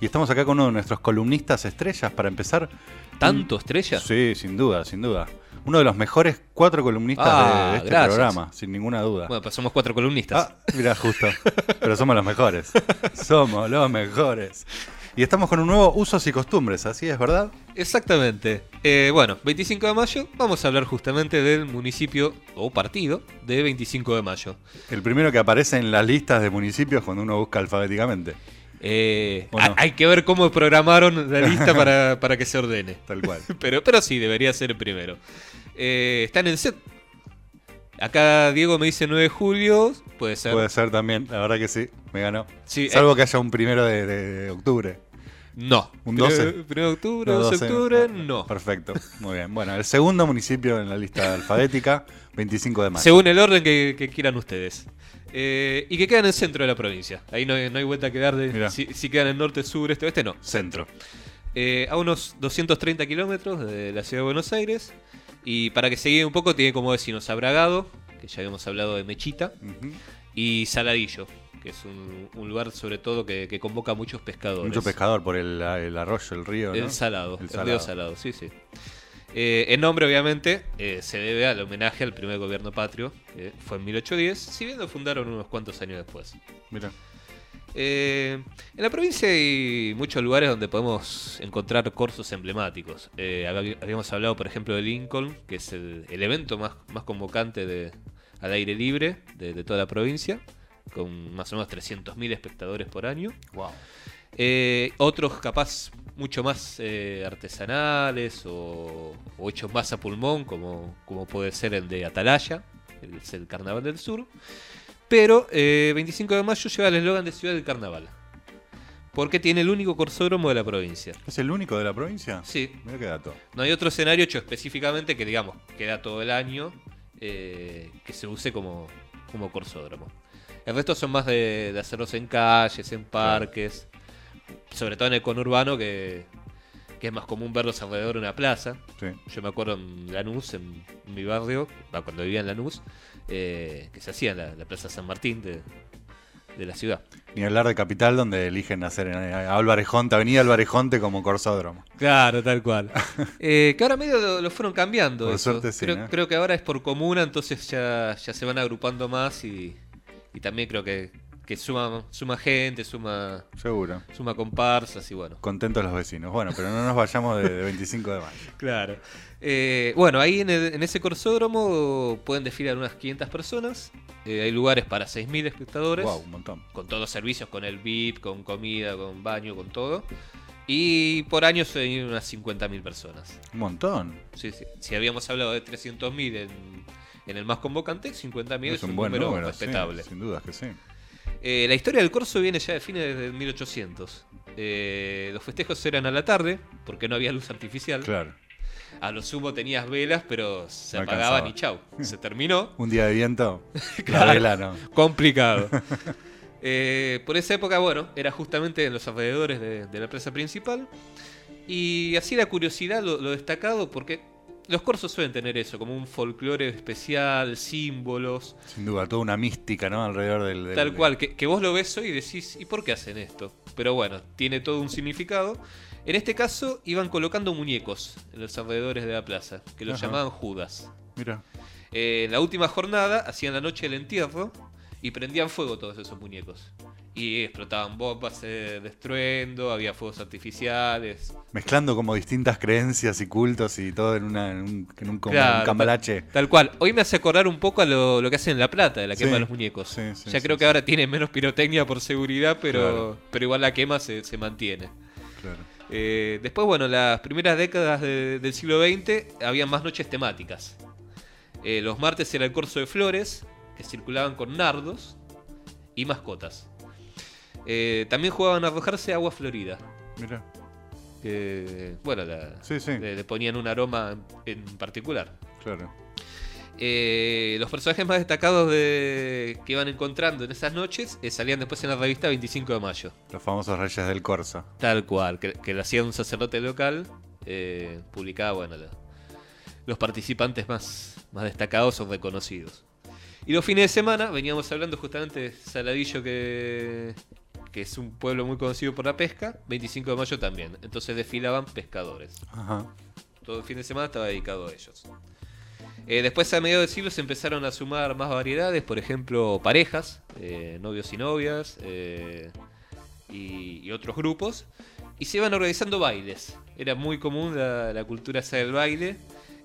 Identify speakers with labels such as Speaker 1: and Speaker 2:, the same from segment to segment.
Speaker 1: Y estamos acá con uno de nuestros columnistas estrellas para empezar.
Speaker 2: ¿Tanto estrella?
Speaker 1: Sí, sin duda, sin duda. Uno de los mejores cuatro columnistas
Speaker 2: Ah,
Speaker 1: de este
Speaker 2: gracias.
Speaker 1: programa, sin ninguna duda.
Speaker 2: Bueno, pues somos cuatro columnistas.
Speaker 1: Ah, mira, justo. Pero somos los mejores. Somos los mejores. Y estamos con un nuevo Usos y Costumbres, así es, ¿verdad?
Speaker 2: Exactamente. Eh, bueno, 25 de mayo vamos a hablar justamente del municipio o partido de 25 de mayo.
Speaker 1: El primero que aparece en las listas de municipios cuando uno busca alfabéticamente.
Speaker 2: Eh,
Speaker 1: Bueno.
Speaker 2: ha- Hay que ver cómo programaron la lista para, para que se ordene.
Speaker 1: Tal cual.
Speaker 2: Pero, pero sí, debería ser el primero. Eh, están en set. Acá Diego me dice 9 de julio. Puede ser.
Speaker 1: Puede ser también, la verdad que sí, me ganó.
Speaker 2: Sí, eh,
Speaker 1: Salvo que haya un primero de, de octubre.
Speaker 2: No.
Speaker 1: Un
Speaker 2: Primero-
Speaker 1: 12.
Speaker 2: primero de octubre,
Speaker 1: No,
Speaker 2: 12 de
Speaker 1: 12.
Speaker 2: octubre, no.
Speaker 1: Perfecto, muy bien. Bueno, el segundo municipio en la lista alfabética, 25 de mayo.
Speaker 2: Según el orden que, que quieran ustedes. Eh, y que quedan en el centro de la provincia. Ahí no, hay- no hay vuelta que dar de
Speaker 1: Mirá.
Speaker 2: si, si quedan en norte, sur, este, oeste, no.
Speaker 1: Centro.
Speaker 2: Eh, a unos 230 kilómetros de la ciudad de Buenos Aires. Y para que se guíe un poco, tiene como vecinos a Bragado, que ya habíamos hablado de Mechita,
Speaker 1: Ujú.
Speaker 2: y Saladillo, que es un, un lugar sobre todo que, que convoca a muchos pescadores.
Speaker 1: Mucho pescador por el, el arroyo, el río. ¿no?
Speaker 2: El salado, el,
Speaker 1: El
Speaker 2: río
Speaker 1: salado.
Speaker 2: salado, sí, sí. Eh, el nombre, obviamente, eh, se debe al homenaje al primer gobierno patrio, que fue en 1810, si bien lo fundaron unos cuantos años después.
Speaker 1: Mira.
Speaker 2: Eh, en la provincia hay muchos lugares donde podemos encontrar corsos emblemáticos. Eh, hab- habíamos hablado, por ejemplo, de Lincoln, que es el, el evento más, más convocante de, al aire libre de, de toda la provincia, con más o menos 300.000 espectadores por año.
Speaker 1: Wow.
Speaker 2: Eh, otros capaz mucho más eh, artesanales o, o hechos más a pulmón, como, como puede ser el de Atalaya, el- es el Carnaval del Sur. Pero eh, 25 de mayo lleva el eslogan de Ciudad del Carnaval, porque tiene el único corsódromo de la provincia.
Speaker 1: ¿Es el único de la provincia?
Speaker 2: Sí,
Speaker 1: Mira qué dato.
Speaker 2: no hay otro escenario hecho específicamente que, digamos, queda todo el año eh, que se use como, como corsódromo. El resto son más de, de hacerlos en calles, en parques, sobre todo en el conurbano, que, que es más común verlos alrededor de una plaza.
Speaker 1: Sí.
Speaker 2: Yo me acuerdo en Lanús, en mi barrio, va, cuando vivía en Lanús, eh, que se hacía en la, la Plaza San Martín de, de la ciudad.
Speaker 1: Ni hablar de Capital, donde eligen hacer en- a Alvarejonte, Avenida Alvarejonte como corsódromo.
Speaker 2: Claro, tal cual. Eh, que ahora medio lo, lo fueron cambiando.
Speaker 1: Por
Speaker 2: eso.
Speaker 1: suerte sí,
Speaker 2: creo,
Speaker 1: ¿no?
Speaker 2: creo que ahora es por comuna, entonces ya, ya se van agrupando más y, y también creo que, que suma, suma gente, suma,
Speaker 1: Seguro.
Speaker 2: suma comparsas y bueno.
Speaker 1: Contentos los vecinos. Bueno, pero no nos vayamos de, de 25 de mayo.
Speaker 2: Claro. Eh, bueno, ahí en, el- en ese corsódromo pueden desfilar unas 500 personas. Eh, hay lugares para 6.000 espectadores.
Speaker 1: Wow, un montón.
Speaker 2: con todos los servicios, con el VIP, con comida, con baño, con todo. Y por año se vienen unas 50.000 personas.
Speaker 1: Un montón.
Speaker 2: Sí, sí. Si habíamos hablado de 300.000 en, en el más convocante, 50.000 es, un,
Speaker 1: buen
Speaker 2: número,
Speaker 1: número, sí,
Speaker 2: respetable.
Speaker 1: sin dudas que sí.
Speaker 2: Eh, la historia del corso viene ya de fines de 1800. Eh, los festejos eran a la tarde, porque no había luz artificial.
Speaker 1: Claro.
Speaker 2: A lo sumo tenías velas, pero se
Speaker 1: No
Speaker 2: apagaban
Speaker 1: alcanzaba.
Speaker 2: y chau. Se terminó.
Speaker 1: Un día de viento.
Speaker 2: Claro.
Speaker 1: La vela no.
Speaker 2: Complicado. Eh, por esa época, bueno, era justamente en los alrededores de, de la plaza principal. Y así la curiosidad, lo, lo destacado, porque los corsos suelen tener eso, como un folclore especial, símbolos,
Speaker 1: Sin duda, toda una mística, ¿no? Alrededor del. del-
Speaker 2: tal cual, que, que vos lo ves hoy y decís, ¿y por qué hacen esto? Pero bueno, tiene todo un significado. En este caso, iban colocando muñecos en los alrededores de la plaza, que los
Speaker 1: Ajá.
Speaker 2: llamaban Judas.
Speaker 1: Mira.
Speaker 2: Eh, en la última jornada hacían la noche el entierro y prendían fuego todos esos muñecos. Y explotaban bombas eh, de estruendo, había fuegos artificiales.
Speaker 1: Mezclando como distintas creencias y cultos y todo en, una, en un, en un, como un
Speaker 2: Claro,
Speaker 1: cambalache.
Speaker 2: Tal, tal cual. Hoy me hace acordar un poco a lo, lo que hacen en La Plata, de la
Speaker 1: Sí,
Speaker 2: quema de los muñecos.
Speaker 1: sí, sí,
Speaker 2: ya
Speaker 1: sí,
Speaker 2: creo que
Speaker 1: sí.
Speaker 2: ahora tienen menos pirotecnia por seguridad, pero,
Speaker 1: Claro.
Speaker 2: pero igual la quema se, se mantiene.
Speaker 1: Claro.
Speaker 2: Eh, después, bueno, las primeras décadas de- del siglo XX había más noches temáticas. Eh, los martes era el corso de flores, que circulaban con nardos y mascotas. Eh, también jugaban a arrojarse agua florida,
Speaker 1: Mira.
Speaker 2: que, bueno, la-
Speaker 1: Sí, sí.
Speaker 2: le, le ponían un aroma en en particular.
Speaker 1: Claro.
Speaker 2: Eh, los personajes más destacados de- que iban encontrando en esas noches eh, salían después en la revista 25 de mayo.
Speaker 1: Los famosos reyes del corso.
Speaker 2: Tal cual, que, que lo hacía un sacerdote local, eh, publicaba, bueno, lo- los participantes más, más destacados o reconocidos. Y los fines de semana, veníamos hablando justamente de Saladillo que, que es un pueblo muy conocido por la pesca, 25 de mayo también. Entonces desfilaban pescadores.
Speaker 1: Ajá.
Speaker 2: Todo el fin de semana estaba dedicado a ellos. Eh, después, a mediados del siglo, se empezaron a sumar más variedades, por ejemplo, parejas, eh, novios y novias, eh, y, y otros grupos. Y se iban organizando bailes. Era muy común la, la cultura esa del baile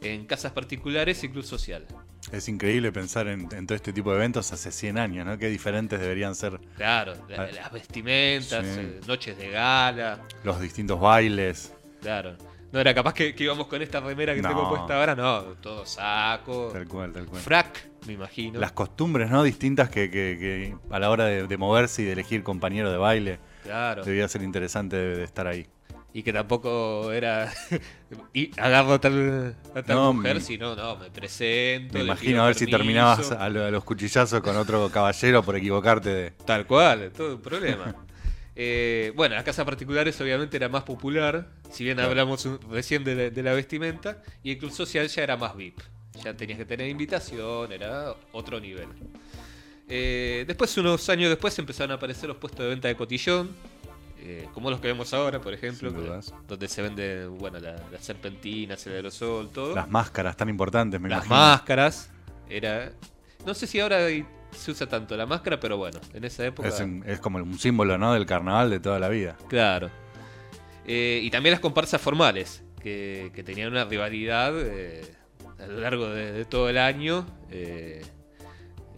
Speaker 2: en casas particulares y club social.
Speaker 1: Es increíble pensar en, en todo este tipo de eventos hace 100 años, ¿no? Qué diferentes deberían ser
Speaker 2: Claro, la-
Speaker 1: Ah.
Speaker 2: las vestimentas,
Speaker 1: Sí.
Speaker 2: eh, noches de gala,
Speaker 1: los distintos bailes,
Speaker 2: claro. No era capaz que, que íbamos con esta remera que
Speaker 1: No.
Speaker 2: tengo puesta ahora, no, todo saco,
Speaker 1: tal cual, tal cual.
Speaker 2: frac, me imagino.
Speaker 1: Las costumbres, ¿no? Distintas que, que- que a la hora de, de moverse y de elegir compañero de baile.
Speaker 2: Claro.
Speaker 1: Debía ser interesante de, de estar ahí.
Speaker 2: Y que tampoco era y agarro a tal, a tal
Speaker 1: No,
Speaker 2: mujer,
Speaker 1: me-
Speaker 2: sino no, me presento.
Speaker 1: Me
Speaker 2: le
Speaker 1: imagino
Speaker 2: pido
Speaker 1: a ver si
Speaker 2: permiso.
Speaker 1: terminabas a, lo- a los cuchillazos con otro caballero por equivocarte de.
Speaker 2: Tal cual, todo un problema. Eh, bueno, las casas particulares obviamente era más popular, si bien
Speaker 1: Claro.
Speaker 2: hablamos un- recién de la, de la vestimenta, y el club social ya era más VIP. Ya tenías que tener invitación, era otro nivel. Eh, después, unos años después, empezaron a aparecer los puestos de venta de cotillón, eh, como los que vemos ahora, por ejemplo,
Speaker 1: Sin
Speaker 2: que-
Speaker 1: dudas.
Speaker 2: donde se venden bueno, la- las serpentinas, el aerosol, todo.
Speaker 1: Las máscaras tan importantes, me
Speaker 2: Las
Speaker 1: imagino.
Speaker 2: máscaras. Era. No sé si ahora hay- se usa tanto la máscara, pero bueno, en esa época.
Speaker 1: Es, un- es como un símbolo, ¿no? Del carnaval de toda la vida.
Speaker 2: Claro. Eh, y también las comparsas formales, que, que tenían una rivalidad eh, a lo largo de, de todo el año. eh,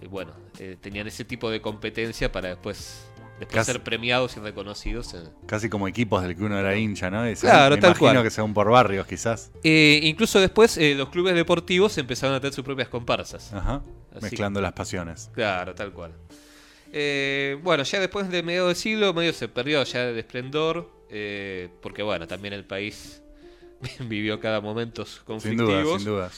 Speaker 2: y bueno, eh, tenían ese tipo de competencia para después, después
Speaker 1: Casi-
Speaker 2: ser premiados y reconocidos. eh. en-
Speaker 1: Casi como equipos del que uno era hincha, ¿no? Y se-
Speaker 2: Claro,
Speaker 1: me
Speaker 2: tal
Speaker 1: imagino
Speaker 2: cual.
Speaker 1: que según por barrios, quizás.
Speaker 2: Eh, incluso después eh, los clubes deportivos empezaron a tener sus propias comparsas.
Speaker 1: Ajá.
Speaker 2: Así.
Speaker 1: Mezclando las pasiones.
Speaker 2: Claro, tal cual. Eh, bueno, ya después de medio del siglo, medio se perdió ya el esplendor, eh, porque bueno, también el país vivió cada momento
Speaker 1: Sin duda,
Speaker 2: conflictivos.
Speaker 1: sin duda.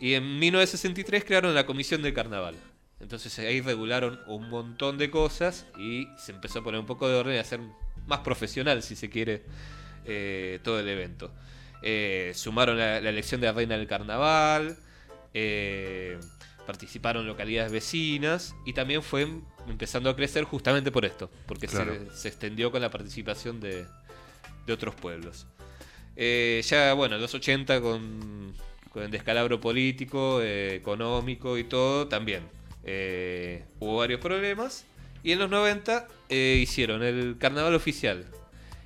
Speaker 2: Y en 1963 crearon la Comisión del Carnaval. Entonces ahí regularon un montón de cosas y se empezó a poner un poco de orden y a hacer más profesional, si se quiere, eh, todo el evento. Eh, sumaron la, la elección de la reina del carnaval, eh, participaron localidades vecinas y también fue em- empezando a crecer justamente por esto, porque se-
Speaker 1: Claro.
Speaker 2: se, extendió con la participación de, de otros pueblos. Eh, ya, bueno, en los 80 con, con el descalabro político, eh, económico y todo, también eh, hubo varios problemas. Y en los 90 eh, hicieron el carnaval oficial.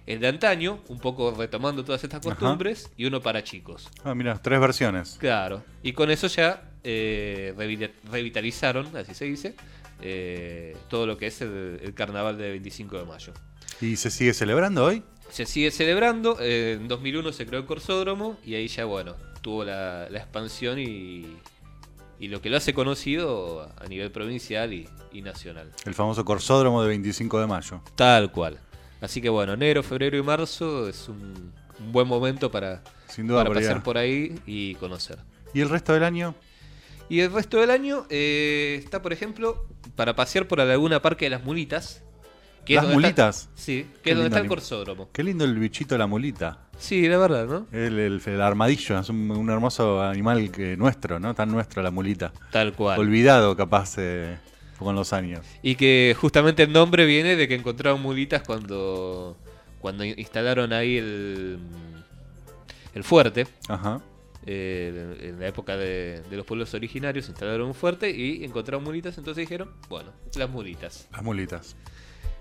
Speaker 2: El de antaño, un poco retomando todas estas
Speaker 1: Ajá.
Speaker 2: costumbres, y uno para chicos.
Speaker 1: Ah, mira, tres versiones.
Speaker 2: Claro. Y con eso ya eh, revita- revitalizaron, así se dice, eh, todo lo que es el- el carnaval de 25 de mayo.
Speaker 1: ¿Y se sigue celebrando hoy?
Speaker 2: Se sigue celebrando. eh, en 2001 se creó el Corsódromo y ahí ya, bueno, tuvo la, la expansión y, y lo que lo hace conocido a nivel provincial y, y nacional.
Speaker 1: El famoso Corsódromo de 25 de mayo.
Speaker 2: Tal cual. Así que, bueno, enero, febrero y marzo es un, un buen momento para,
Speaker 1: Sin duda,
Speaker 2: para
Speaker 1: por
Speaker 2: pasar
Speaker 1: allá.
Speaker 2: por ahí y conocer.
Speaker 1: ¿Y el resto del año?
Speaker 2: Y el resto del año eh, está, por ejemplo, para pasear por la Laguna Parque de las Mulitas. que es
Speaker 1: Las
Speaker 2: donde está-
Speaker 1: mulitas.
Speaker 2: sí, que
Speaker 1: Qué
Speaker 2: es
Speaker 1: lindo
Speaker 2: donde está el
Speaker 1: anim-
Speaker 2: Corsódromo.
Speaker 1: Qué lindo el bichito de la mulita.
Speaker 2: Sí, la verdad, ¿no?
Speaker 1: El, el- el armadillo, es un, un hermoso animal que, nuestro, ¿no? Tan nuestro la mulita.
Speaker 2: Tal cual.
Speaker 1: Olvidado capaz eh, con los años.
Speaker 2: Y que justamente el nombre viene de que encontraron mulitas cuando, cuando instalaron ahí el, el fuerte.
Speaker 1: Ajá.
Speaker 2: eh, en la época de, de los pueblos originarios instalaron un fuerte y encontraron mulitas, entonces dijeron, bueno, las mulitas.
Speaker 1: Las mulitas.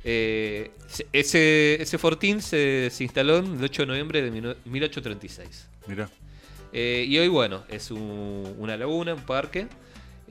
Speaker 2: Eh, se- ese, ese fortín se, se instaló el 8 de noviembre de 19- 1836.
Speaker 1: Mirá.
Speaker 2: Eh, y hoy, bueno, es un- una laguna, un parque,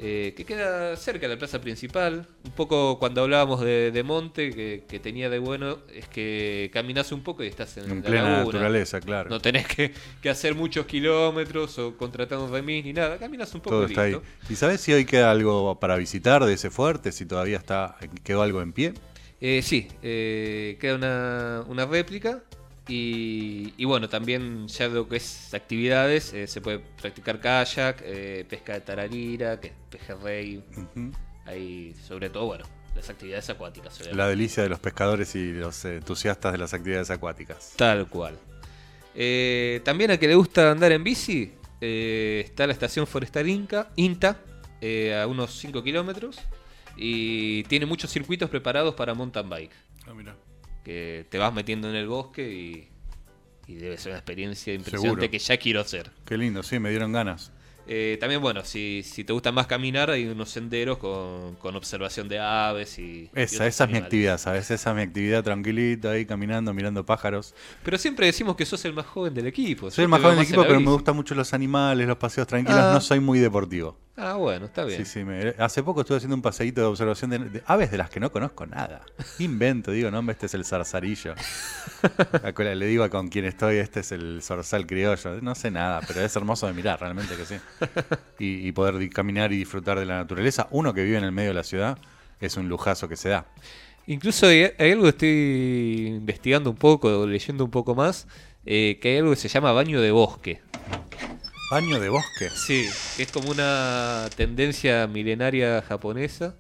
Speaker 2: eh, que queda cerca de la plaza principal. Un poco cuando hablábamos de, de monte, que, que tenía de bueno, es que caminas un poco y estás en,
Speaker 1: En
Speaker 2: la
Speaker 1: plena
Speaker 2: laguna.
Speaker 1: naturaleza, claro.
Speaker 2: No tenés que, que hacer muchos kilómetros o contratar un remis ni nada. Caminas un poco
Speaker 1: Todo
Speaker 2: y
Speaker 1: está ahí.
Speaker 2: listo.
Speaker 1: ¿Y sabes si hoy queda algo para visitar de ese fuerte? Si todavía está quedó algo en pie.
Speaker 2: Eh, sí, eh, queda una, una réplica. Y, y bueno, también ya lo que es actividades, eh, se puede practicar kayak, eh, pesca de tararira, que es pejerrey,
Speaker 1: Ujú.
Speaker 2: Hay, sobre todo, bueno, las actividades acuáticas. obviamente.
Speaker 1: La delicia de los pescadores y los eh, entusiastas de las actividades acuáticas.
Speaker 2: Tal cual. Eh, también a que le gusta andar en bici, eh, está la estación forestal Inca, INTA, eh, a
Speaker 1: Ah,
Speaker 2: unos 5 kilómetros. Y tiene muchos circuitos preparados para mountain bike. que te vas metiendo en el bosque y, y debe ser una experiencia impresionante
Speaker 1: Seguro.
Speaker 2: que ya quiero hacer.
Speaker 1: Qué lindo, sí, me dieron ganas.
Speaker 2: Eh, también, bueno, si, si te gusta más caminar, hay unos senderos con, con observación de aves y. y
Speaker 1: Esa,
Speaker 2: otros
Speaker 1: esa es mi
Speaker 2: animales.
Speaker 1: actividad, ¿sabes? Esa es mi actividad tranquilita, ahí caminando, mirando pájaros.
Speaker 2: Pero siempre decimos que sos el más joven del equipo.
Speaker 1: Soy
Speaker 2: Yo
Speaker 1: el más
Speaker 2: te veo
Speaker 1: joven del equipo,
Speaker 2: en la
Speaker 1: pero me
Speaker 2: bici.
Speaker 1: gustan mucho los animales, los paseos tranquilos.
Speaker 2: Ah.
Speaker 1: No soy muy deportivo.
Speaker 2: Ah, bueno, está bien.
Speaker 1: Sí, sí, me- hace poco estuve haciendo un paseíto de observación de, de aves de las que no conozco nada. Invento, digo, no, hombre, este es el zarzarillo. A cual le digo a con quien estoy, este es el zorzal criollo. No sé nada, pero es hermoso de mirar, realmente que sí. Y, y poder di- caminar y disfrutar de la naturaleza. Uno que vive en el medio de la ciudad es un lujazo que se da.
Speaker 2: Incluso hay, hay algo que estoy investigando un poco, leyendo un poco más, eh, que hay algo que se llama baño de bosque.
Speaker 1: Baño de bosque.
Speaker 2: Sí, que es como una tendencia milenaria japonesa.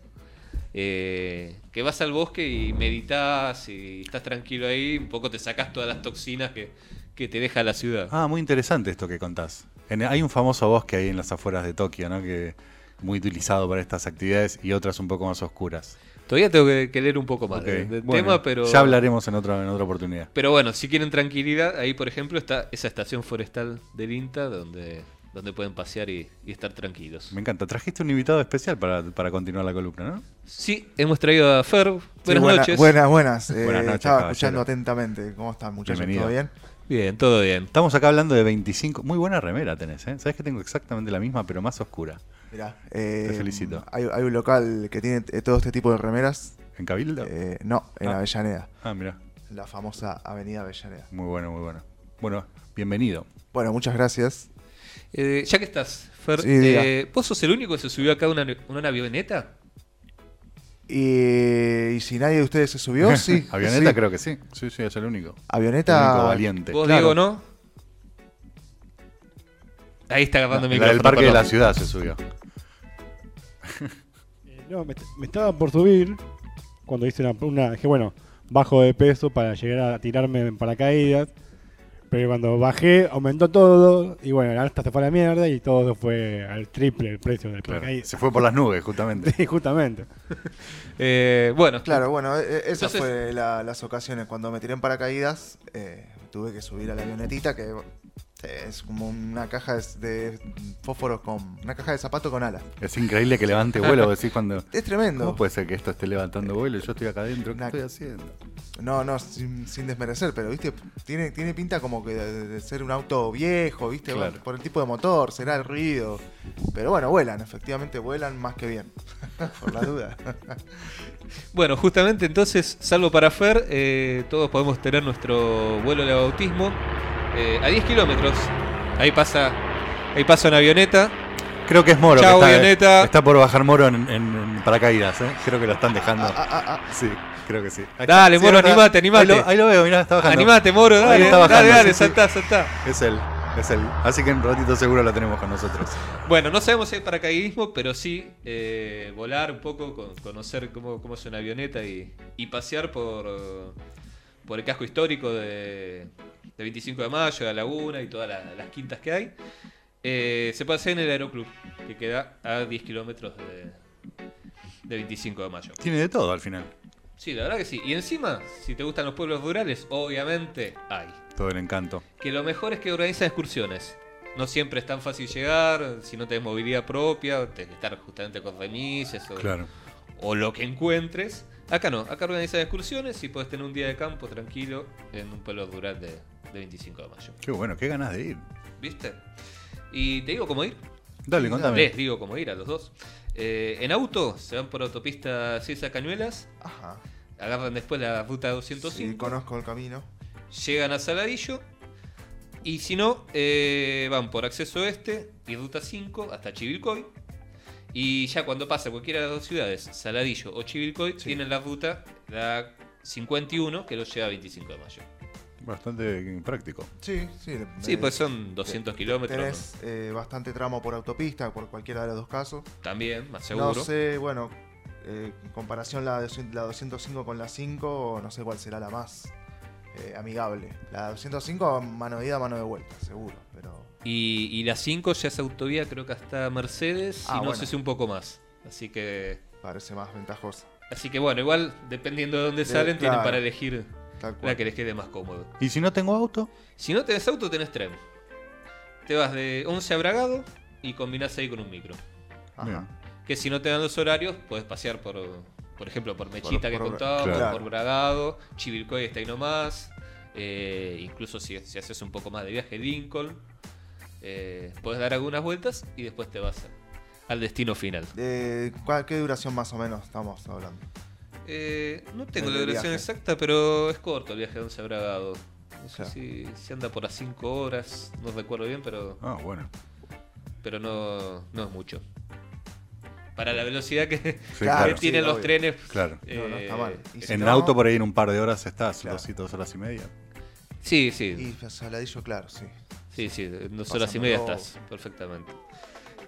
Speaker 2: eh, que vas al bosque y meditas y estás tranquilo ahí, un poco te sacas todas las toxinas que, que te deja la ciudad.
Speaker 1: Ah, muy interesante esto que contás. En- hay un famoso bosque ahí en las afueras de Tokio, ¿no? Que muy utilizado para estas actividades y otras un poco más oscuras.
Speaker 2: Todavía tengo que, que leer un poco más
Speaker 1: Ok,
Speaker 2: del- del
Speaker 1: bueno,
Speaker 2: tema, pero.
Speaker 1: Ya hablaremos en otra, en otra oportunidad.
Speaker 2: Pero bueno, si quieren tranquilidad, ahí por ejemplo está esa estación forestal del INTA donde, donde pueden pasear y, y estar tranquilos.
Speaker 1: Me encanta. Trajiste un invitado especial para, para continuar la columna, ¿no?
Speaker 2: Sí, hemos traído a Fer. Buenas
Speaker 3: Sí, buena-
Speaker 2: noches.
Speaker 3: Buenas, buenas. Eh,
Speaker 1: Buenas noches,
Speaker 3: Estaba
Speaker 1: caballero.
Speaker 3: escuchando atentamente. ¿Cómo están, muchachos?
Speaker 1: Bienvenido.
Speaker 3: ¿Todo bien?
Speaker 2: Bien, todo bien.
Speaker 1: Estamos acá hablando de 25. Muy buena remera tenés, ¿eh? Sabés que tengo exactamente la misma, pero más oscura.
Speaker 3: Mirá, eh,
Speaker 1: Te felicito.
Speaker 3: Hay, hay un local que tiene eh, todo este tipo de remeras.
Speaker 1: ¿En Cabildo?
Speaker 3: Eh, no, en
Speaker 1: Ah.
Speaker 3: Avellaneda.
Speaker 1: Ah, mira.
Speaker 3: La famosa Avenida Avellaneda.
Speaker 1: Muy bueno, muy bueno. Bueno, bienvenido.
Speaker 3: Bueno, muchas gracias.
Speaker 2: Eh, ya que estás, Fer,
Speaker 3: Sí, diga.
Speaker 2: eh, ¿vos sos el único que se subió acá a una, una avioneta?
Speaker 3: Y, y si nadie de ustedes se subió, sí.
Speaker 1: Avioneta
Speaker 3: sí.
Speaker 1: creo que sí. Sí, sí, es el único. El único
Speaker 3: Avioneta.
Speaker 1: valiente.
Speaker 2: ¿Vos,
Speaker 3: claro.
Speaker 2: Diego, no? Ahí está
Speaker 1: No,
Speaker 2: agarrando el
Speaker 1: la
Speaker 2: micrófono.
Speaker 1: del Parque de
Speaker 2: perdón.
Speaker 1: la Ciudad se subió.
Speaker 4: Eh, No, me, me estaba por subir cuando hice una, una- Dije, bueno, bajo de peso para llegar a tirarme en paracaídas. Pero cuando bajé, aumentó todo. Y bueno, hasta se fue a la mierda y todo se fue al triple el precio del
Speaker 1: Claro.
Speaker 4: paracaídas.
Speaker 1: Se fue por las nubes, justamente.
Speaker 4: Sí, justamente.
Speaker 2: Eh, bueno,
Speaker 3: Claro, bueno, e- e- esas
Speaker 2: Entonces-
Speaker 3: fue la- las ocasiones. Cuando me tiré en paracaídas, eh, tuve que subir a la avionetita, que eh, es como una caja de, de fósforos con. Una caja de zapato con alas.
Speaker 1: Es increíble que levante vuelo, decís cuando.
Speaker 3: Es tremendo.
Speaker 1: ¿Cómo puede ser que esto esté levantando vuelo y yo estoy acá adentro? ¿Qué
Speaker 3: Una-
Speaker 1: estoy haciendo?
Speaker 3: No, no, sin, sin desmerecer, pero viste, tiene, tiene pinta como que de, de ser un auto viejo, viste,
Speaker 1: Claro.
Speaker 3: Bueno, por el tipo de motor, será el ruido. Pero bueno, vuelan, efectivamente vuelan más que bien. por la duda.
Speaker 2: Bueno, justamente entonces, salvo para Fer, eh, todos podemos tener nuestro vuelo de bautismo eh, a 10 kilómetros. Ahí pasa, ahí pasa una avioneta.
Speaker 1: Creo que es Moro. que
Speaker 2: Chau,
Speaker 1: está, eh,
Speaker 2: avioneta.
Speaker 1: está por bajar Moro en, en- en paracaídas, ¿eh? Creo que lo están dejando.
Speaker 3: Ah, ah, ah, ah.
Speaker 1: Sí, creo que sí. Ahí
Speaker 2: Dale,
Speaker 1: está. Sí,
Speaker 2: Moro,
Speaker 1: ahí está.
Speaker 2: animate, animate.
Speaker 1: Ahí lo, ahí lo veo, mirá, está bajando.
Speaker 2: Animate, Moro,
Speaker 1: Ahí
Speaker 2: dale,
Speaker 1: está bajando,
Speaker 2: dale, dale,
Speaker 1: sí, sí.
Speaker 2: saltá, saltá.
Speaker 1: Es él, es él. Así que en un ratito seguro lo tenemos con nosotros.
Speaker 2: Bueno, no sabemos si es paracaidismo, pero sí eh, volar un poco, con- conocer cómo, cómo es una avioneta y, y pasear por, por el casco histórico de, de 25 de mayo, la laguna y todas la- las quintas que hay. Eh, se pasea en el aeroclub, que queda a 10 kilómetros de, de 25 de mayo.
Speaker 1: Tiene de todo al final.
Speaker 2: Sí, la verdad que sí. Y encima, si te gustan los pueblos rurales, obviamente hay.
Speaker 1: Todo el encanto.
Speaker 2: Que lo mejor es que organizan excursiones. No siempre es tan fácil llegar, si no tenés movilidad propia, tenés que estar justamente con remises o, o lo que encuentres. Acá no, acá organizan excursiones y podés tener un día de campo tranquilo en un pueblo rural de, de 25 de mayo.
Speaker 1: Qué bueno, qué ganas de ir.
Speaker 2: ¿Viste? Y te digo cómo ir.
Speaker 1: Dale, contame.
Speaker 2: Les digo cómo ir a los dos. Eh, en auto se van por autopista César Cañuelas,
Speaker 3: Ajá.
Speaker 2: agarran después la ruta
Speaker 3: Sí,
Speaker 2: 205.
Speaker 3: conozco el camino.
Speaker 2: llegan a Saladillo. Y si no, eh, van por acceso este y ruta 5 hasta Chivilcoy. Y ya cuando pasa cualquiera de las dos ciudades, Saladillo o Chivilcoy, tienen la ruta la 51 que los lleva a 25 de mayo.
Speaker 1: Bastante práctico.
Speaker 3: Sí, sí.
Speaker 2: Sí,
Speaker 3: eh,
Speaker 2: pues son 200 kilómetros
Speaker 3: Tenés eh, bastante tramo por autopista, por cualquiera de los dos casos.
Speaker 2: ¿no? también, más seguro.
Speaker 3: No sé, bueno, eh, en comparación la, 200 la 205 con la 5, no sé cuál será la más eh, amigable. La 205 mano de ida, mano de vuelta, seguro, pero...
Speaker 2: Y, y la 5 ya es autovía, creo que hasta Mercedes,
Speaker 3: Ah,
Speaker 2: y no
Speaker 3: bueno.
Speaker 2: sé si un poco más. Así que
Speaker 3: Parece más ventajosa.
Speaker 2: Así que bueno, igual dependiendo de dónde
Speaker 3: De-
Speaker 2: salen, tienen
Speaker 3: claro.
Speaker 2: para elegir
Speaker 3: Tal cual.
Speaker 2: la que les quede más cómodo.
Speaker 1: ¿Y si no tengo auto?
Speaker 2: Si no tenés auto, tenés tren. Te vas de 11 a Bragado y combinás ahí con un micro.
Speaker 3: Ajá.
Speaker 1: Bien.
Speaker 2: Que si no te dan los horarios, puedes pasear por, por ejemplo, por Mechita
Speaker 3: Por-
Speaker 2: que
Speaker 3: por-
Speaker 2: contábamos,
Speaker 3: claro.
Speaker 2: por Bragado, Chivilcoy está ahí nomás. eh, incluso si, si haces un poco más de viaje, Lincoln. Eh, puedes dar algunas vueltas y después te vas a- al destino final.
Speaker 3: De- Eh, ¿cuál- ¿Qué duración más o menos estamos hablando?
Speaker 2: Eh, no tengo
Speaker 3: El
Speaker 2: la duración
Speaker 3: viaje.
Speaker 2: exacta, pero es corto el viaje de 11 a Bragado. No sé
Speaker 3: Claro.
Speaker 2: si, si anda por las 5 horas, no recuerdo bien, pero,
Speaker 1: Ah, bueno.
Speaker 2: pero no, no es mucho. Para la velocidad que,
Speaker 1: Sí,
Speaker 3: Claro.
Speaker 2: que
Speaker 1: claro.
Speaker 2: tienen
Speaker 3: sí,
Speaker 2: los
Speaker 3: obvio.
Speaker 2: trenes.
Speaker 1: Claro.
Speaker 2: eh,
Speaker 3: no, no está mal. Y si
Speaker 1: en
Speaker 3: no-
Speaker 1: auto por ahí en un par de horas estás,
Speaker 3: Claro.
Speaker 1: dos y dos horas y media.
Speaker 2: Sí, sí,
Speaker 3: Y Saladillo, claro, sí.
Speaker 2: sí, sí, en dos
Speaker 3: Pasando
Speaker 2: horas y media
Speaker 3: todo.
Speaker 2: estás, perfectamente.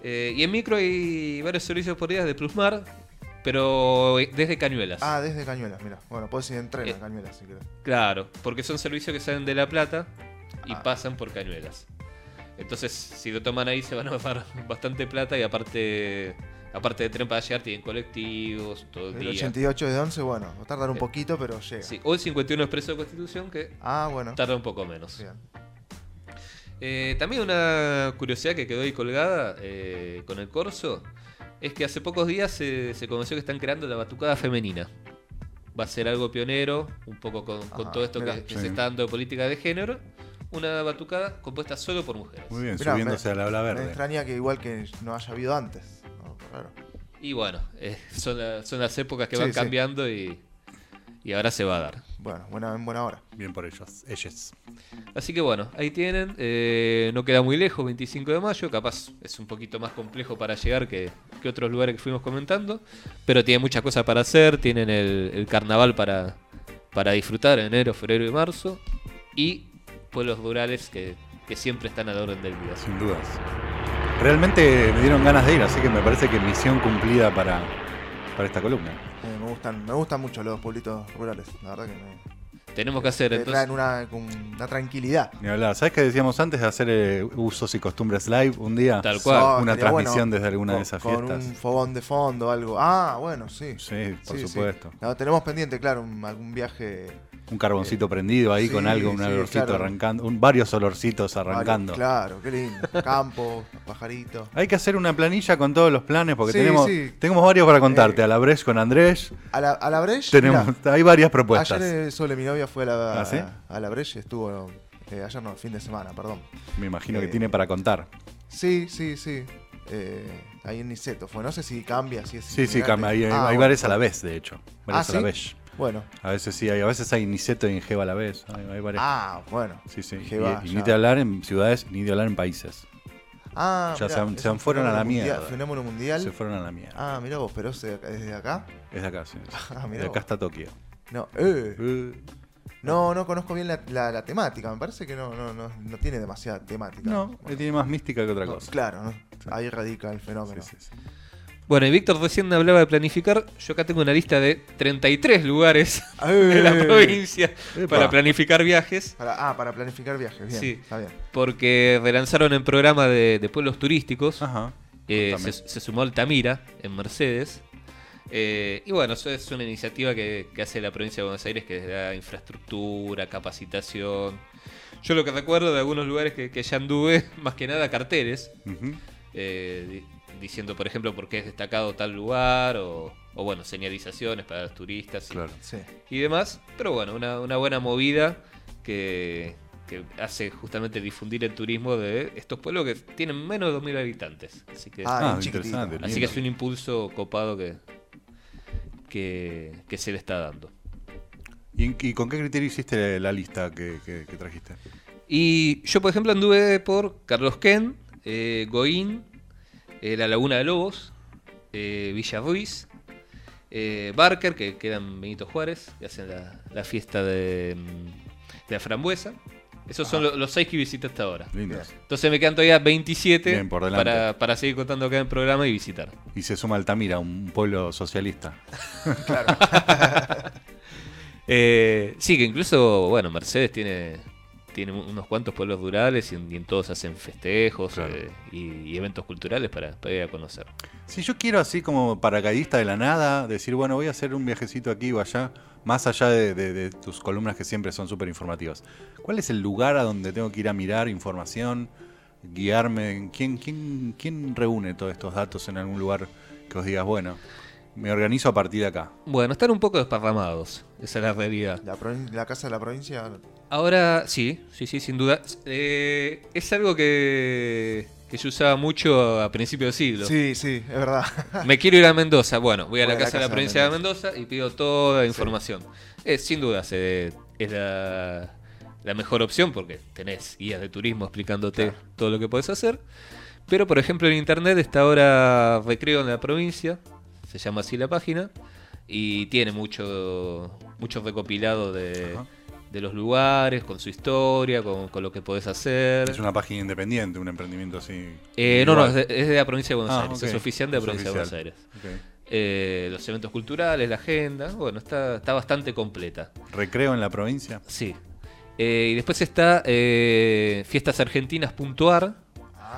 Speaker 2: Eh, y en micro hay varios servicios por día de Plusmar, pero eh, desde Cañuelas.
Speaker 3: Ah, desde Cañuelas, mira. Bueno, puedes ir en tren
Speaker 2: Eh.
Speaker 3: a Cañuelas si querés.
Speaker 2: Claro, porque son servicios que salen de La Plata y
Speaker 3: Ah.
Speaker 2: pasan por Cañuelas. Entonces, si lo toman ahí, se van a bajar bastante plata y aparte aparte de tren para llegar, tienen colectivos, todo el
Speaker 3: El
Speaker 2: día.
Speaker 3: 88 de 11, bueno, va a tardar un
Speaker 2: Eh.
Speaker 3: poquito, pero llega.
Speaker 2: Sí, o el 51 Expreso de Constitución, que
Speaker 3: Ah, bueno.
Speaker 2: tarda un poco menos.
Speaker 3: Bien.
Speaker 2: Eh, también una curiosidad que quedó ahí colgada eh, con el corso es que hace pocos días se, se conoció que están creando la batucada femenina. Va a ser algo pionero, un poco con, con
Speaker 3: Ajá,
Speaker 2: todo esto
Speaker 3: Ah, mirá,
Speaker 2: que, que
Speaker 1: sí.
Speaker 2: se está dando de política de género. Una batucada compuesta solo por mujeres.
Speaker 1: Muy bien,
Speaker 3: Mirá,
Speaker 1: subiéndose
Speaker 3: me-
Speaker 1: a la ola
Speaker 3: Me
Speaker 1: verde.
Speaker 3: extraña que igual que no haya habido antes. No, claro.
Speaker 2: Y bueno, eh, son, la- son las épocas que
Speaker 3: Sí,
Speaker 2: van
Speaker 3: sí.
Speaker 2: cambiando y, y ahora se va a dar.
Speaker 3: Bueno, buena, en buena hora.
Speaker 1: Bien por ellos, ellas.
Speaker 2: Así que bueno, ahí tienen. eh, no queda muy lejos, 25 de mayo. Capaz es un poquito más complejo para llegar que, que otros lugares que fuimos comentando. Pero tienen muchas cosas para hacer. Tienen el, el carnaval para, para disfrutar en enero, febrero y marzo. Y pueblos rurales que, que siempre están a la orden del día.
Speaker 1: Sin dudas. Realmente me dieron ganas de ir, así que me parece que misión cumplida para, para esta columna.
Speaker 3: Eh, me gustan me gustan mucho los pueblitos rurales. La verdad que me,
Speaker 2: Tenemos que hacer
Speaker 3: me
Speaker 2: entonces.
Speaker 3: traen una, con una tranquilidad.
Speaker 1: Ni hablar. ¿Sabes qué decíamos antes de hacer eh, usos y costumbres live un día?
Speaker 2: Tal cual.
Speaker 3: Oh,
Speaker 1: Una
Speaker 3: estaría
Speaker 1: transmisión
Speaker 3: bueno
Speaker 1: desde alguna
Speaker 3: con-
Speaker 1: de esas
Speaker 3: con
Speaker 1: fiestas.
Speaker 3: un fogón de fondo o algo. Ah, bueno, sí.
Speaker 1: Sí, por
Speaker 3: Sí, sí.
Speaker 1: supuesto.
Speaker 3: No, tenemos pendiente, claro, un- algún viaje.
Speaker 1: Un carboncito prendido ahí
Speaker 3: Eh, sí,
Speaker 1: con algo, un
Speaker 3: sí,
Speaker 1: olorcito
Speaker 3: claro.
Speaker 1: arrancando, un- varios olorcitos arrancando.
Speaker 3: Claro, qué lindo. Campo, pajaritos.
Speaker 1: Hay que hacer una planilla con todos los planes porque
Speaker 3: Sí,
Speaker 1: tenemos,
Speaker 3: sí.
Speaker 1: tenemos varios para contarte. A la Bresh con Andrés,
Speaker 3: A la, a la Breche,
Speaker 1: tenemos,
Speaker 3: mirá,
Speaker 1: hay varias propuestas.
Speaker 3: ayer eh, Sole, mi novia, fue a la,
Speaker 1: ¿Ah, sí?
Speaker 3: a la Breche, estuvo. eh, ayer no, el fin de semana, perdón.
Speaker 1: Me imagino que
Speaker 3: eh,
Speaker 1: tiene para contar.
Speaker 3: Sí, sí, sí. Eh, ahí en Niceto fue. No sé si cambia, si es.
Speaker 1: Sí, sí,
Speaker 3: itinerante.
Speaker 1: Cam, hay, hay-
Speaker 3: Ah,
Speaker 1: hay
Speaker 3: bueno,
Speaker 1: bares a la vez, de hecho. Bares
Speaker 3: ¿Ah,
Speaker 1: a la
Speaker 3: sí?
Speaker 1: vez.
Speaker 3: Bueno.
Speaker 1: A veces sí, hay, a veces hay Niceto y Ingeva a la vez. Hay, hay bares.
Speaker 3: Ah, bueno.
Speaker 1: sí, sí.
Speaker 3: que
Speaker 1: Y-
Speaker 3: va,
Speaker 1: y
Speaker 3: ya.
Speaker 1: ni te hablar en ciudades, ni de hablar en países.
Speaker 3: Ah,
Speaker 1: Ya
Speaker 3: mirá,
Speaker 1: se han-
Speaker 3: es
Speaker 1: se
Speaker 3: un
Speaker 1: han fueron a la
Speaker 3: fenómeno mundial-
Speaker 1: mierda.
Speaker 3: Fenómeno mundial.
Speaker 1: Se fueron a la mierda.
Speaker 3: Ah, mirá vos, pero es de- desde acá.
Speaker 1: Es de acá, sí.
Speaker 3: Ah, mirá
Speaker 1: de
Speaker 3: vos.
Speaker 1: acá hasta Tokio.
Speaker 3: No, eh,
Speaker 1: Eh,
Speaker 3: no, no conozco bien la, la- la temática. Me parece que no, no, no, no tiene demasiada temática.
Speaker 1: no,
Speaker 3: Bueno,
Speaker 1: eh, tiene más mística que otra
Speaker 3: no,
Speaker 1: cosa.
Speaker 3: Claro, ¿no? ahí radica el fenómeno.
Speaker 1: Sí, sí, sí.
Speaker 2: Bueno, y Víctor recién hablaba de planificar. Yo acá tengo una lista de 33 lugares en la
Speaker 3: Eh.
Speaker 2: provincia
Speaker 1: Epa.
Speaker 2: para planificar viajes.
Speaker 3: Para, ah, para planificar viajes. Bien,
Speaker 2: Sí.
Speaker 3: está bien.
Speaker 2: Porque relanzaron el programa de, de pueblos turísticos.
Speaker 1: Ajá.
Speaker 2: Eh, se,
Speaker 1: contame.
Speaker 2: se sumó Altamira en Mercedes. Eh, y bueno, eso es una iniciativa que, que hace la provincia de Buenos Aires que les da infraestructura, capacitación. Yo lo que recuerdo de algunos lugares que, que ya anduve, más que nada carteles,
Speaker 1: Ujú.
Speaker 2: eh, di- diciendo por ejemplo por qué es destacado tal lugar o, o, bueno, señalizaciones para los turistas y,
Speaker 1: Claro.
Speaker 3: Sí.
Speaker 2: y demás. Pero bueno, una, una buena movida que, que hace justamente difundir el turismo de estos pueblos que tienen menos de 2.000 habitantes. Así que,
Speaker 3: Ah,
Speaker 1: Ah,
Speaker 3: bien chiquitito.
Speaker 1: interesante.
Speaker 2: así que es un impulso copado que, que, que se le está dando.
Speaker 1: ¿Y, en- y con qué criterio hiciste la lista que, que- que trajiste?
Speaker 2: Y yo, por ejemplo, anduve por Carlos Ken, eh, Goín, eh, La Laguna de Lobos, eh, Villa Ruiz, eh, Barker, que quedan Benito Juárez, que hacen la, la fiesta de, mm, de la frambuesa. Esos son lo- los seis que visité hasta ahora.
Speaker 1: Lindos.
Speaker 2: Entonces me quedan todavía 27
Speaker 1: Bien, por delante.
Speaker 2: para, para seguir contando acá en el programa y visitar.
Speaker 1: Y se suma Altamira, un pueblo socialista.
Speaker 2: Eh, sí, que incluso, bueno, Mercedes tiene, tiene un- unos cuantos pueblos rurales y en, y en todos hacen festejos
Speaker 1: Claro.
Speaker 2: eh, y, y eventos culturales para, para ir a conocer.
Speaker 1: Si yo quiero así como paracaidista de la nada, decir, bueno, voy a hacer un viajecito aquí o allá, más allá de, de- de tus columnas que siempre son súper informativas, ¿cuál es el lugar a donde tengo que ir a mirar información, guiarme? ¿Quién, quién, quién reúne todos estos datos en algún lugar que os digas, bueno, me organizo a partir de acá?
Speaker 2: Bueno, están un poco desparramados. Esa es la realidad.
Speaker 3: La, provin- la casa de la provincia.
Speaker 2: Ahora, sí, sí, sí, sin duda. Eh, es algo que, que yo usaba mucho a principios de siglo.
Speaker 3: Sí, sí, es verdad.
Speaker 2: Me quiero ir a Mendoza. Bueno, voy a la casa de la provincia de Mendoza y pido toda la información. Eh, sin duda se- es la, la mejor opción porque tenés guías de turismo explicándote todo lo que podés hacer. Pero, por ejemplo, en internet está ahora Recreo en la provincia, se llama así la página, y tiene mucho, mucho recopilado de,
Speaker 1: Ajá.
Speaker 2: de los lugares, con su historia, con, con lo que podés hacer.
Speaker 1: Es una página independiente, un emprendimiento así.
Speaker 2: Eh, no, no, es
Speaker 1: individual.
Speaker 2: de, es de la provincia de Buenos
Speaker 1: Ah,
Speaker 2: Aires,
Speaker 1: ok.
Speaker 2: es oficial de la
Speaker 1: Es
Speaker 2: provincia de Buenos
Speaker 1: oficial.
Speaker 2: Aires
Speaker 1: Ok.
Speaker 2: eh, los eventos culturales, la agenda. Bueno, está, está bastante completa.
Speaker 1: Recreo en la provincia.
Speaker 2: Sí. Eh, y después está eh, fiestasargentinas.ar,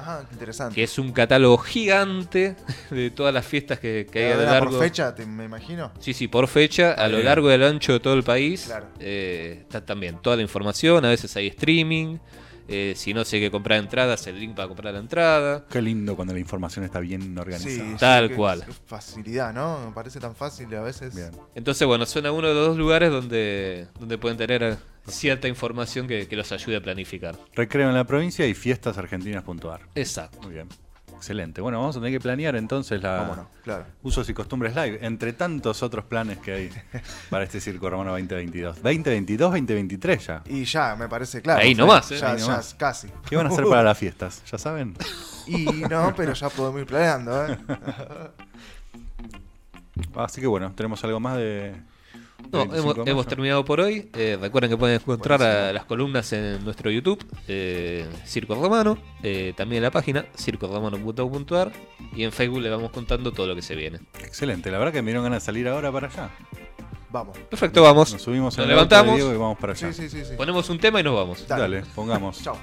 Speaker 3: Ah, qué interesante.
Speaker 2: que es un catálogo gigante de todas las fiestas que, que hay a lo
Speaker 3: Era
Speaker 2: largo.
Speaker 3: por fecha, te- me imagino.
Speaker 2: Sí, sí, por fecha, a lo
Speaker 1: bien.
Speaker 2: largo del ancho de todo el país.
Speaker 3: Claro.
Speaker 2: Eh, está también toda la información, a veces hay streaming. eh, si no sé qué comprar entradas, el link para comprar la entrada.
Speaker 1: Qué lindo cuando la información está bien organizada.
Speaker 3: Sí,
Speaker 2: Tal
Speaker 3: qué-
Speaker 2: cual.
Speaker 3: qué facilidad, ¿no? Me parece tan fácil a veces.
Speaker 1: Bien.
Speaker 2: Entonces, bueno, son algunos de los dos lugares donde, donde pueden tener cierta información que- que los ayude a planificar.
Speaker 1: Recreo en la provincia y fiestasargentinas.ar.
Speaker 2: Exacto.
Speaker 1: Muy bien. Excelente. Bueno, vamos a tener que planear entonces
Speaker 2: Ah.
Speaker 1: la
Speaker 3: Vámonos, claro.
Speaker 1: usos y costumbres live, entre tantos otros planes que hay para este Circo Romano 2022. 2022, 2023 ya.
Speaker 3: Y ya, me parece claro.
Speaker 2: Ahí
Speaker 3: Fede,
Speaker 2: nomás, ¿eh?
Speaker 3: Ya,
Speaker 1: Ahí
Speaker 3: ya,
Speaker 1: nomás.
Speaker 3: casi.
Speaker 1: ¿Qué van a hacer para las fiestas? ¿Ya saben?
Speaker 3: Y no, pero ya podemos ir planeando, ¿eh?
Speaker 1: Así que bueno, tenemos algo más de...
Speaker 2: No,
Speaker 1: 25 de
Speaker 2: hemos,
Speaker 1: mayo?
Speaker 2: hemos terminado por hoy. Eh, recuerden que pueden encontrar a las columnas en nuestro YouTube, eh, Circo Romano, eh, también en la página circoromano.com.ar y en Facebook le vamos contando todo lo que se viene.
Speaker 1: Excelente, la verdad que me dieron ganas de salir ahora para allá.
Speaker 3: Vamos.
Speaker 2: Perfecto, vamos.
Speaker 1: Nos subimos
Speaker 2: Nos
Speaker 1: en el auto de
Speaker 2: levantamos.
Speaker 1: Diego y vamos para allá.
Speaker 3: Sí, sí, sí, sí.
Speaker 2: Ponemos un tema y nos vamos.
Speaker 1: Dale, pongamos.
Speaker 3: Chao.